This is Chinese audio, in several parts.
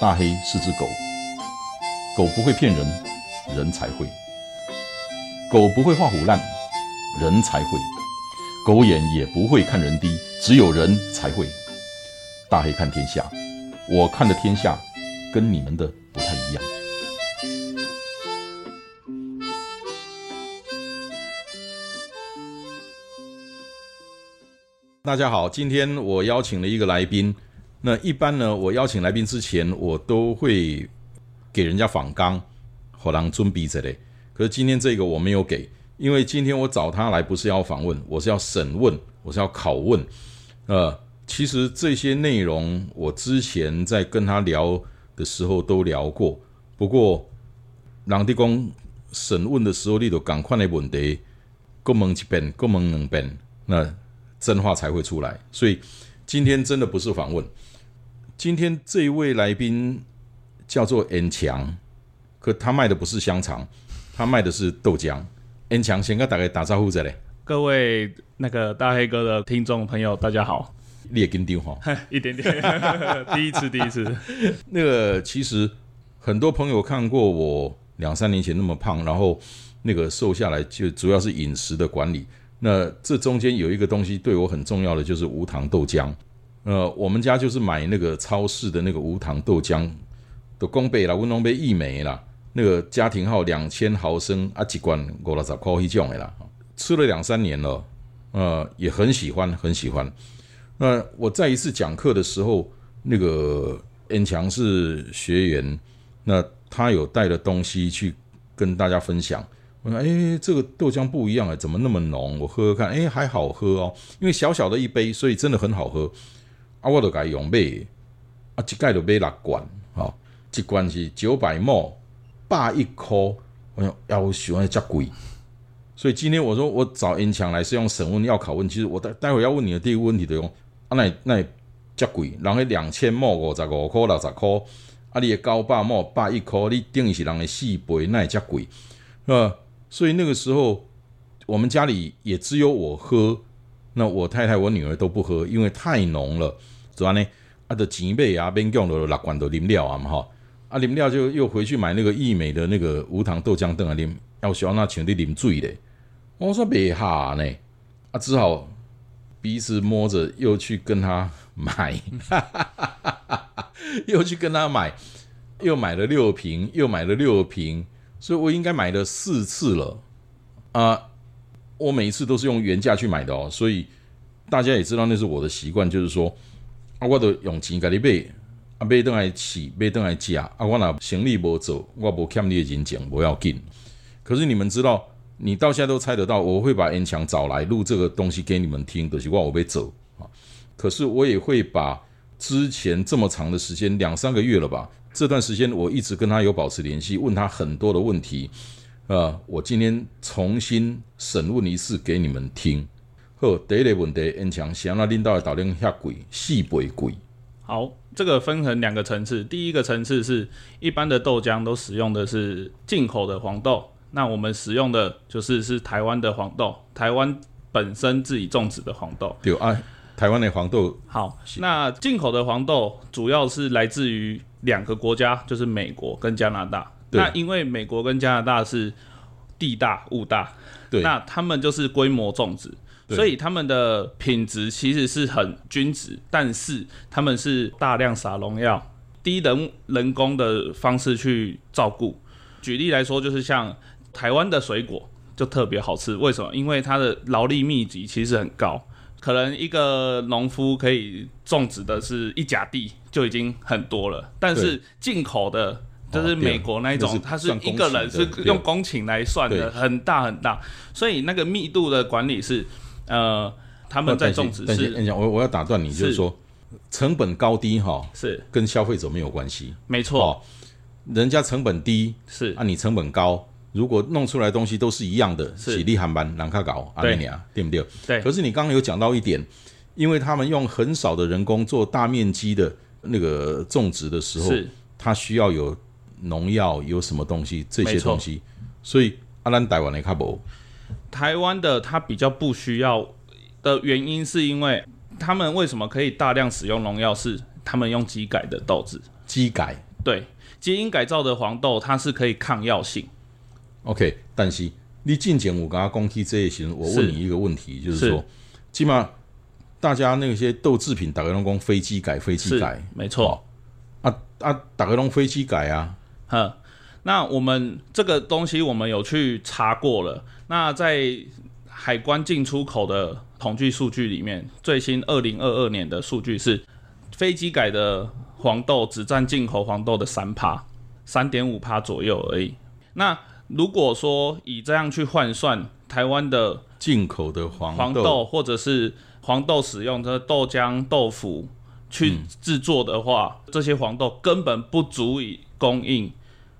大黑是只狗，狗不会骗人，人才会；狗不会画虎烂，人才会；狗眼也不会看人低，只有人才会。大黑看天下，我看的天下跟你们的不太一样。大家好，今天我邀请了一个来宾。那一般呢，我邀请来宾之前，我都会给人家访纲，好让尊比之类。可是今天这个我没有给，因为今天我找他来不是要访问，我是要审问，我是要拷问。呃，其实这些内容我之前在跟他聊的时候都聊过，不过人地讲审问的时候，你都赶快的问题，各问一遍，各问两遍，那真话才会出来。所以今天真的不是访问。今天这一位来宾叫做 N 强，可他卖的不是香肠，他卖的是豆浆。N 强先跟大家打招呼者嘞，各位那个大黑哥的听众朋友，大家好， 你也跟丢哈。一点点， 第一次，第一次，那个其实很多朋友看过我两三年前那么胖，然后那个瘦下来，就主要是饮食的管理。那这中间有一个东西对我很重要的，就是无糖豆浆。呃，我们家就是买那个超市的那个无糖豆浆，都公杯啦，温龙杯一枚啦，那个家庭号两千毫升啊，几罐五六十块一种的啦，吃了两三年了，呃，也很喜欢，很喜欢。那我在一次讲课的时候，那个 N 强是学员，那他有带的东西去跟大家分享。我说：“哎，这个豆浆不一样哎，怎么那么浓？我喝喝看，哎，还好喝哦，因为小小的一杯，所以真的很好喝。啊，我都改用买，啊，一盖就买六罐，吼、哦，一罐是九百毛，百一箍。我想，要我喜欢加贵。所以今天我说我找恩强来是用审问要拷问，其实我待待会要问你的第一个问题就用啊，那那加贵，人迄两千毛五十五箍六十箍，啊，你的九百毛百一箍，你等于是人的四倍，那也加贵，呃，所以那个时候我们家里也只有我喝，那我太太、我女儿都不喝，因为太浓了。怎么呢？啊，的钱贝啊，边用的六罐都啉了啊嘛吼，啊啉了就又回去买那个益美的那个无糖豆浆豆啊啉，要小那全得啉醉嘞。我说没哈呢，啊只好鼻子摸着又去跟他买， 又去跟他买，又买了六瓶，又买了六瓶，所以我应该买了四次了啊、我每一次都是用原价去买的哦，所以大家也知道那是我的习惯，就是说啊，我都用钱给你买，啊买顿来吃，买顿来吃，啊我若行李无走，我无欠你的人情，不要紧。可是你们知道，你到现在都猜得到，我会把 N 强找来录这个东西给你们听，就是我我被走啊。可是我也会把之前这么长的时间，两三个月了吧，这段时间我一直跟他有保持联系，问他很多的问题。呃，我今天重新审问一次给你们听。好，第一个问题，恩强，谁让领导的导量遐贵，四倍贵？好，这个分成两个层次，第一个层次是一般的豆浆都使用的是进口的黄豆，那我们使用的就是是台湾的黄豆，台湾本身自己种植的黄豆。对啊，台湾的黄豆好，那进口的黄豆主要是来自于两个国家，就是美国跟加拿大。对那因为美国跟加拿大是地大物大，对那他们就是规模种植，对所以他们的品质其实是很均值，但是他们是大量撒农药、低人人工的方式去照顾。举例来说，就是像台湾的水果就特别好吃，为什么？因为它的劳力密集其实很高，可能一个农夫可以种植的是一甲地就已经很多了，但是进口的。就是美国那一哦对种，那是它是算一个人公顷是的对用公顷来算对的，很大很大，所以那个密度的管理是，呃，他他们在种植但是是恩强，我我要打断你，就是是说成本高低哈、是跟消费者没有关系。没错，哦，人家成本低，是啊，你成本高，如果弄出来的东西都是一样的，是喜力韩版、兰卡搞、阿对尼亚，对不对？对可是你刚刚有讲到一点，因为他们用很少的人工做大面积的那个种植的时候，是它需要有农药、有什么东西这些没错东西，所以阿兰台湾的卡博台湾的它比较不需要的原因，是因为他们为什么可以大量使用农药？是他们用机改的豆子，机改对，基因改造的黄豆它是可以抗药性， OK，但是你进前我跟他讲起这些时候，我问是你一个问题，就是是说，起码大家那些豆制品，大家拢讲飞机改，飞机是改，没错。啊啊，大家拢飞机改啊，嗯，那我们这个东西我们有去查过了。那在海关进出口的统计数据里面，最新二零二二年的数据是，飞机改的黄豆只占进口黄豆的三趴，三点五趴左右而已。那如果说以这样去换算，台湾的进口的黄黄豆，豆或者是黄豆使用的豆浆、豆腐去嗯制作的话，这些黄豆根本不足以供应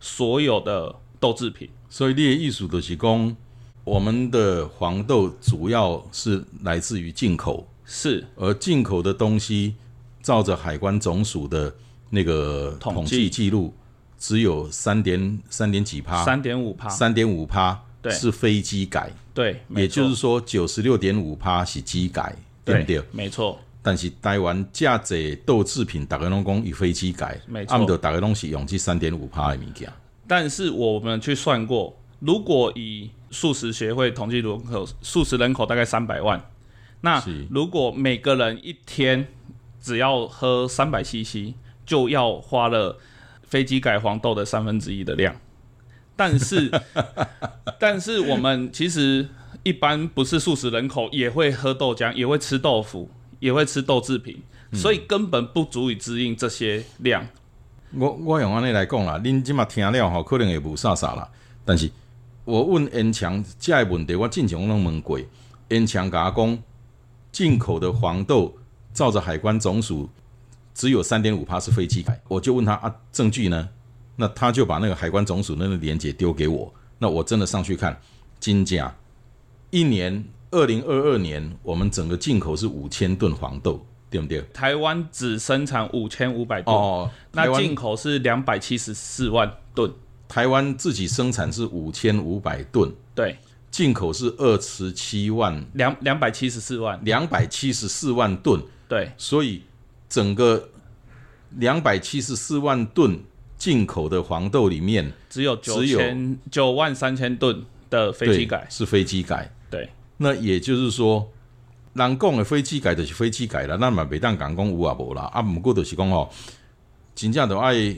所有的豆制品。所以你的意思就是讲，我们的黄豆主要是来自于进口，是而进口的东西，照着海关总署的那个统计统计记录，只有三点三点几趴，三点五帕，啊三点五趴啊对是非机改，对，也没错就是说九十六点五趴是机改，对对不对？没错，但是台湾价值豆制品，大家拢讲以非机改，没错啊，毋着大家拢是用这三点五趴的物件。但是我们去算过，如果以素食协会统计人口，素食人口大概三百万，那是如果每个人一天只要喝三百 CC，就要花了飞机改黄豆的三分之一的量。但是，但是我们其实一般不是素食人口，也会喝豆浆，也会吃豆腐，也会吃豆制品，所以根本不足以支应这些量。我我用安尼来讲啦，恁即马听了吼，可能会无啥啥啦。但是我问恩强这个问题，我进前我拢问过，恩强甲我讲，进口的黄豆照着海关总署只有三点五帕是飞机改，我就问他啊，证据呢？那他就把那个海关总署那个链接丢给我，那我真的上去看，金价一年二零二二年，我们整个进口是五千吨黄豆，对不对？台湾只生产五千五百吨，哦，台那湾进口是两百七十四万吨。台湾自己生产是五千五百吨，对，进口是二十七万两两百七十四万。两百七十四万吨，对，所以整个两百七十四万吨进口的黄豆里面，只有九只有千九万三千吨的飞对机改。是飞机改。对，那也就是说，人讲的飞机改就是飞机改啦，咱嘛袂当讲讲有啊无啦，啊，毋过就是讲吼，真正着爱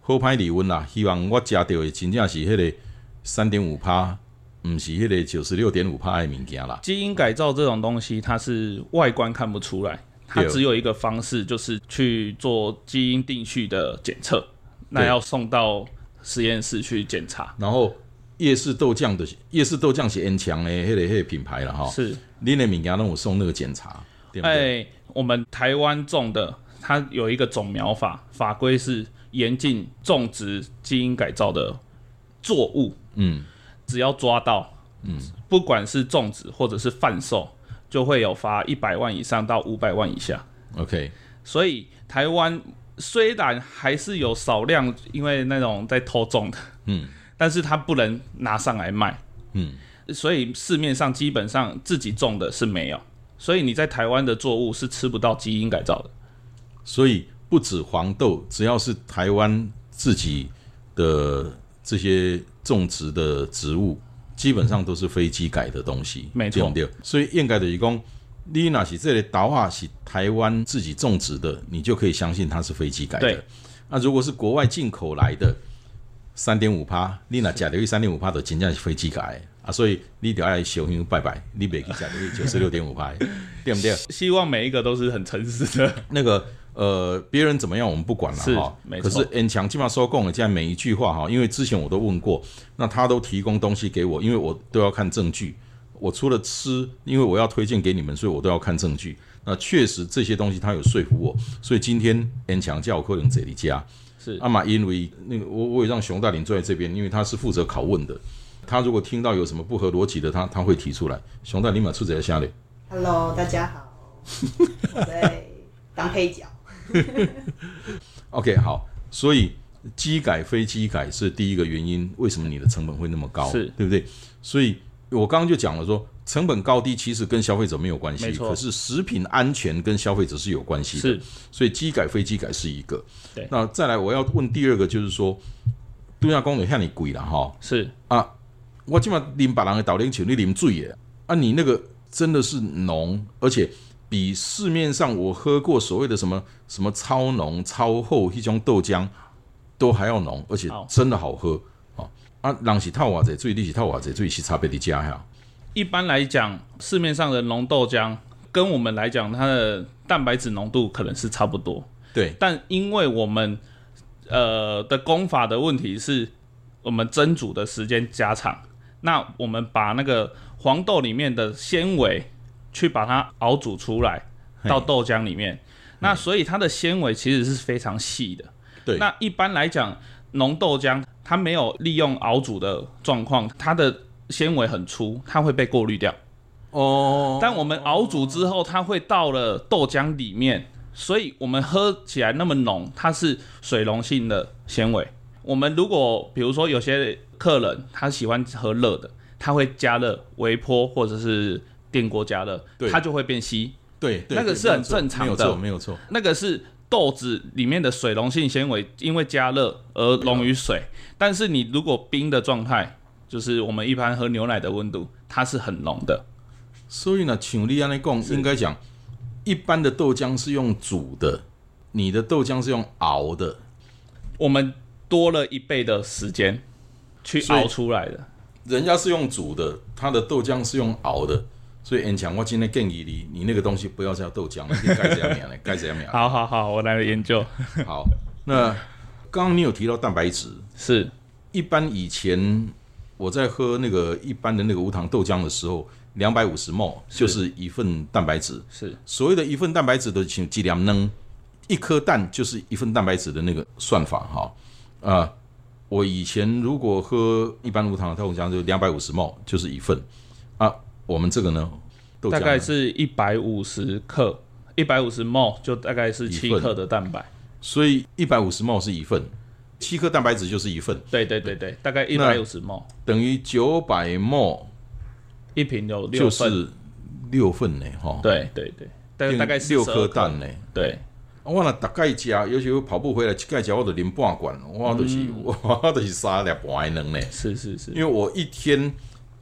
好歹离婚啦。希望我食到的真正是迄个三点五趴，毋是迄个九十六点五趴的物件啦。基因改造这种东西，它是外观看不出来，它对只有一个方式，就是去做基因定序的检测，那对要送到实验室去检查。然后夜市豆酱的夜市豆酱是 N 强的迄个迄个品牌啦吼，是，恁的物件拢有送那个检查，对不哎、对？我们台湾种的，它有一个种苗法，法规是严禁种植基因改造的作物，嗯，只要抓到，嗯，不管是种植或者是贩售，就会有罚一百万以上到五百万以下。 OK，所以台湾虽然还是有少量因为那种在偷种的，嗯，但是它不能拿上来卖，嗯，所以市面上基本上自己种的是没有，所以你在台湾的作物是吃不到基因改造的。所以不止黄豆，只要是台湾自己的这些种植的植物，基本上都是非机改的东西，没错对不对？所以应该的是讲，你那是这里倒啊是台湾自己种植的，你就可以相信它是非机改的对。那如果是国外进口来的，三点五趴，你若假流去三点五趴的，真正是非机改的啊！所以你得要小心拜拜，你别去假流去九十六点五趴，对不对？希望每一个都是很诚实的，那个呃，别人怎么样我们不管了是哈。没可错是 N 强基本上收供了，这样每一句话哈，因为之前我都问过，那他都提供东西给我，因为我都要看证据。我除了吃，因为我要推荐给你们，所以我都要看证据。那确实这些东西他有说服我，所以今天 N 强叫我客人这里加是阿玛，啊因为那个我我也让熊大林坐在这边，因为他是负责拷问的。他如果听到有什么不合逻辑的，他他会提出来。熊大林马出在下嘞。 Hello，大家好，我在当配角。 OK，好，所以机改非机改是第一个原因，为什么你的成本会那么高，是对不对？所以我刚刚就讲了说，成本高低其实跟消费者没有关系没，错可是食品安全跟消费者是有关系的。是所以机改非机改是一个。对那再来我要问第二个就是说，度假公园向你贵了哈，是，我今晚淋把人的导领球，你淋醉耶啊！你那个真的是浓，而且比市面上我喝过所谓的什么什么超浓、超厚一种豆浆都还要浓，而且好真的好喝哦。啊，人是套瓦者醉，你是套瓦者醉，是差别的加哈。一般来讲，市面上的浓豆浆跟我们来讲，它的蛋白质浓度可能是差不多，对，但因为我们呃的功法的问题是，我们蒸煮的时间加长，那我们把那个黄豆里面的纤维去把它熬煮出来嘿到豆浆里面，那所以它的纤维其实是非常细的。对那一般来讲，浓豆浆它没有利用熬煮的状况，它的纤维很粗，它会被过滤掉。哦，但我们熬煮之后，它会到了豆浆里面，所以我们喝起来那么浓，它是水溶性的纤维。我们如果比如说有些客人他喜欢喝热的，他会加热微波或者是电锅加热对，它就会变稀。对，对那个是对很正常没的有错，没有错。那个是豆子里面的水溶性纤维，因为加热而溶于水。但是你如果冰的状态，就是我们一般喝牛奶的温度，它是很浓的。所以呢，请你安来讲，应该讲一般的豆浆是用煮的，你的豆浆是用熬的。我们多了一倍的时间去熬出来的。人家是用煮的，他的豆浆是用熬的，所以 N 强，我今天建议你，你那个东西不要叫豆浆了，你该怎样样了，该怎样样。好好好，我来研究。好，那刚刚你有提到蛋白质，是一般以前我在喝那个一般的那个无糖豆浆的时候，两百五十 ml 就是一份蛋白质，是所谓的一份蛋白质的请几两呢？一颗蛋就是一份蛋白质的那个算法哈。啊、我以前如果喝一般无糖的豆浆，就两百五十 ml 就是一份啊。我们这个呢，豆浆大呢概是一百五十克，一百五十 ml 就大概是七一份克的蛋白。所以一百五十 ml 是一份，七颗蛋白质就是一份，对对对对，大概一那百五十 ml，等于九百 ml 一瓶有六就份。是六份呢哈。对对对，大概大概六42颗蛋呢。对，啊我若大概食，尤其我跑步回来，一概食我就啉半罐，我就是、嗯我就是三粒半的能呢。是是是因，为我一天，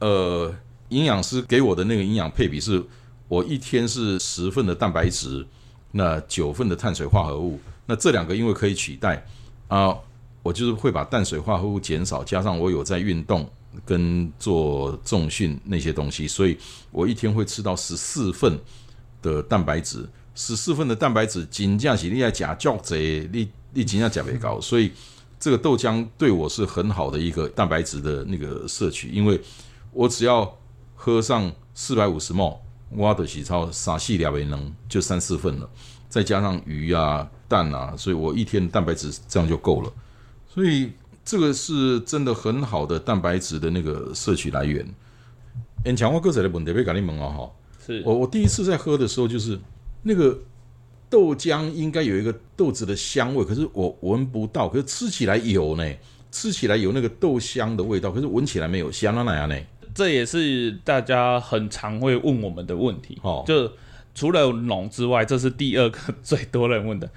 呃，营养师给我的那个营养配比是，我一天是十份的蛋白质，那九份的碳水化合物，那这两个因为可以取代啊、我就是会把碳水化合物减少，加上我有在运动跟做重训那些东西，所以我一天会吃到十四份的蛋白质，十四份的蛋白质，真正是你要假较贼，你你真正假别高，所以。这个豆浆对我是很好的一个蛋白质的那个摄取，因为我只要喝上四百五十 ml，我的洗超傻细两为能就三四份了，再加上鱼啊、蛋啊，所以我一天蛋白质这样就够了。所以这个是真的很好的蛋白质的那个摄取来源。很强，我刚才的问题被赶紧问哦哈。是我我第一次在喝的时候，就是那个豆浆应该有一个豆子的香味，可是我闻不到，可是吃起来有呢，吃起来有那个豆香的味道，可是闻起来没有香啊那哪样呢？这也是大家很常会问我们的问题。哦就除了浓之外，这是第二个最多人问的。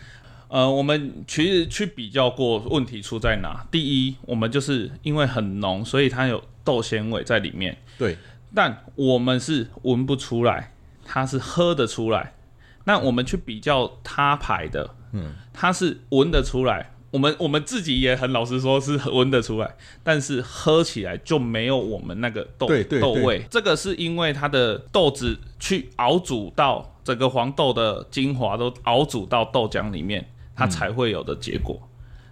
呃，我们其实去比较过问题出在哪。第一，我们就是因为很浓，所以它有豆纤维在里面，对，但我们是闻不出来，它是喝得出来。那我们去比较他牌的，嗯，它是闻得出来。我们我们自己也很老实说，是闻得出来，但是喝起来就没有我们那个豆对对豆对味。这个是因为它的豆子去熬煮到整个黄豆的精华都熬煮到豆浆里面，它才会有的结嗯果。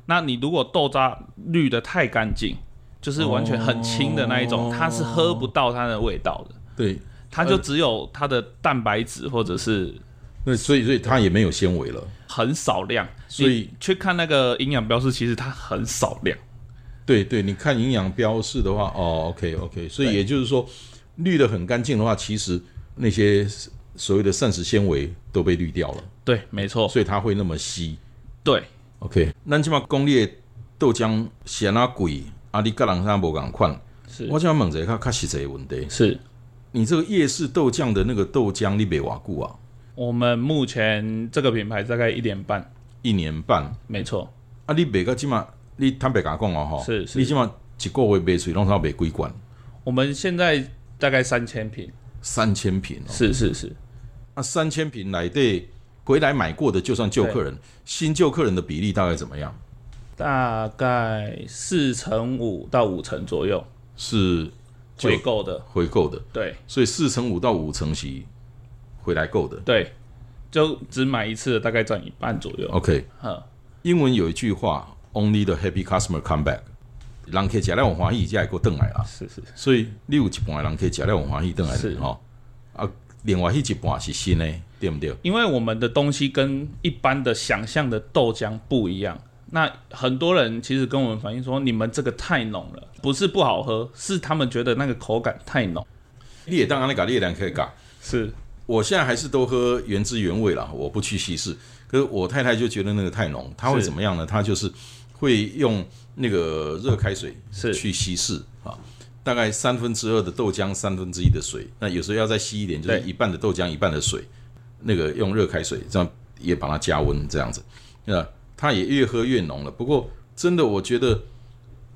那你如果豆渣滤得太干净，就是完全很清的那一种，哦它是喝不到它的味道的，对，它就只有它的蛋白质或者是那所以所以它也没有纤维了。很少量。所以你去看那个营养标示，其实它很少量。对对，你看营养标示的话，哦，OK OK，所以也就是说，滤得很干净的话，其实那些所谓的膳食纤维都被滤掉了，对，没错，所以它会那么稀。对， OK，咱即马讲你的豆浆是安那贵，啊，你甲人啥无共款，是我讲猛贼看看实际的问题，是你这个夜市豆浆的那个豆浆，你别瓦固啊，我们目前这个品牌大概一年半，一年半没错，啊，你卖到即码，你坦白甲讲哦，吼，是是你即码一个月卖出去，拢差不多卖几罐，我们现在大概三千瓶，三千瓶哦，是是是，那三千瓶来对回来买过的，就算旧客人，新旧客人的比例大概怎么样？大概四成五到五成左右是就回购的，回购的，对所以四成五到五成是回来购的。对，就只买一次的大概占一半左右， OK，嗯，英文有一句话，Only the happy customer come back。人客食了有欢喜，才会佫转来啦。是是所以你有一半的人客食了有欢喜，转来是吼、啊，另外迄一半是新的，对不对？因为我们的东西跟一般的想象的豆浆不一样。那很多人其实跟我们反映说，你们这个太浓了，不是不好喝，是他们觉得那个口感太浓。你也当安尼甲你也人客讲。是我现在还是都喝原汁原味啦，我不去稀释。可是我太太就觉得那个太浓，她会是怎么样呢？她就是会用那个热开水是去稀释啊，大概三分之二的豆浆，三分之一的水。那有时候要再稀一点，就是对一半的豆浆，一半的水。那个用热开水这样也把它加温，这样子，那它也越喝越浓了。不过真的，我觉得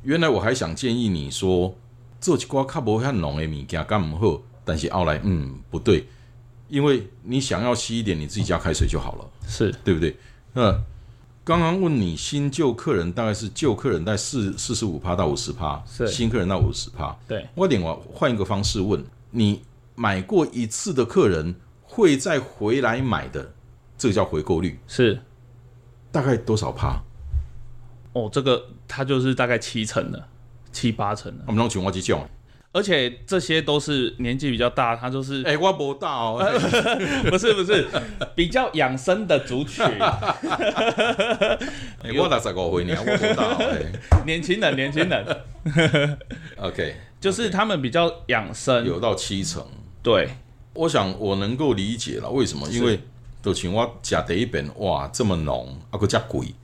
原来我还想建议你说，做一寡较无遐浓的物件干唔好，但是后来嗯不对，因为你想要稀一点，你自己加开水就好了，是，对不对？那刚刚问你新旧客人大概是旧客人在四四十五趴到五十趴，是新客人到五十趴。对，我另外换一个方式问你，买过一次的客人会再回来买的，这个叫回购率，是大概多少趴？哦，这个它就是大概七成的，七八成的，我们拢像我这种，而且这些都是年纪比较大，他就是、 哎、我无大哦，不是不是比较养生的 族群， 哎我六十五岁呢，我无大哦。年轻人年轻人，哎 OK，就是他们比较养生，有到七成。对，我想我能够理解了，为什么？因为都请我假第一本，哇，这么浓，啊，个加贵，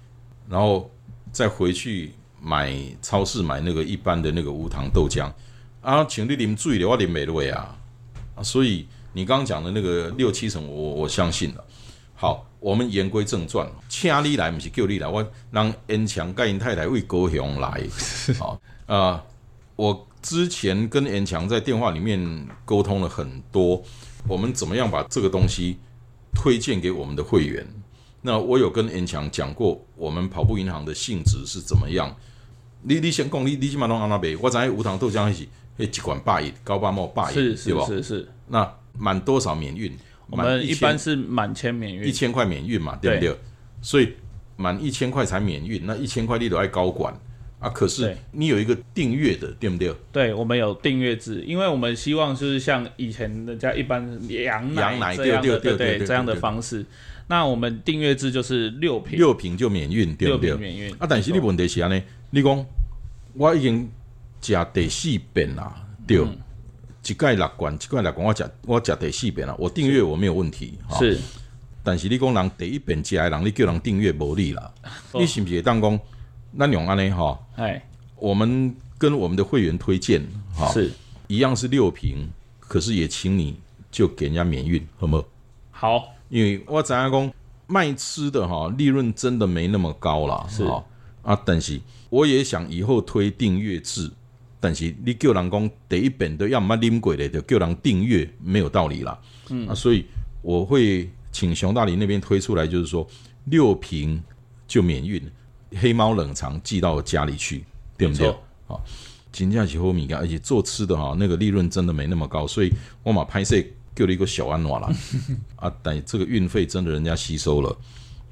然后再回去买超市买那个一般的那个无糖豆浆，啊，请你啉醉了，我啉美味啊，啊，所以你刚刚讲的那个六七成，我我相信了。好，我们言归正传，请你来，不是叫你来，我让恩强跟因太太为高雄来，好啊、呃我之前跟恩强在电话里面沟通了很多，我们怎么样把这个东西推荐给我们的会员？那我有跟 N 强讲过，我们跑步银行的性质是怎么样？你你先讲，你你起码弄安那杯，我在无糖豆浆一起，诶，一管八一，高八毛八一，是对是吧？是是，那满多少免运？我满们一1000般是满千免运一，千块免运嘛，对不对？所以满一千块才免运，那一千块你都爱高管啊。可是对你有一个订阅的，对不对？对，我们有订阅制，因为我们希望就是像以前人家一般羊羊奶这样的，对对对对对对这样的对对方式。那我们订阅制就是六瓶，六瓶就免运，对六不对瓶？免运啊，但是你问题是安尼，你讲我已经食第四遍啦，对，嗯一盖六罐，一盖六罐，我食我食第四遍啦，我订阅我没有问题，哈是但是你讲人第一遍食的人，你叫人订阅无理啦，哦你是不是会当讲咱用安尼哈？哎我们跟我们的会员推荐哈，是一样是六瓶，可是也请你就给人家免运，好不好？好因为我知影讲卖吃的哈、利润真的没那么高啦。是哈啊，但是我也想以后推订阅制，但是你叫人讲第一本都要毋捌啉过的，就叫人订阅没有道理啦。嗯啊，所以我会请熊大林那边推出来，就是说六瓶就免运，黑猫冷藏寄到家里去，对不没对错？好，金价起后米干，而且做吃的哈、那个利润真的没那么高，所以我嘛拍摄给了一个小安 瓦啦。啊，但这个运费真的人家吸收了，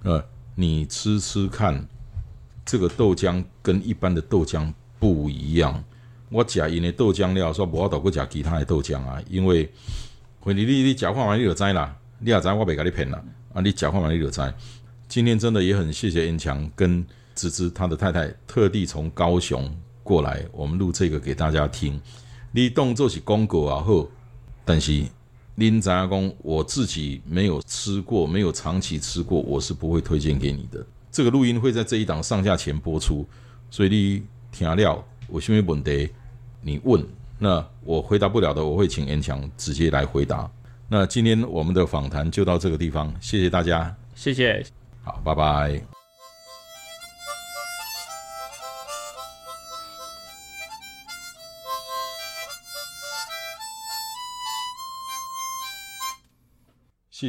呃，你吃吃看，这个豆浆跟一般的豆浆不一样。我食因的豆浆料，说无我倒去食其他的豆浆啊，因为回你你你食看完你就知啦，你也知我袂甲你骗啦，啊，你食看完你就知。今天真的也很谢谢恩强跟芝芝他的太太特地从高雄过来，我们录这个给大家听。你动作是广告啊好，但是您杂工我自己没有吃过，没有长期吃过，我是不会推荐给你的。这个录音会在这一档上架前播出，所以你听了有什么问题，你问，那我回答不了的，我会请严强直接来回答。那今天我们的访谈就到这个地方，谢谢大家，谢谢，好，拜拜。谢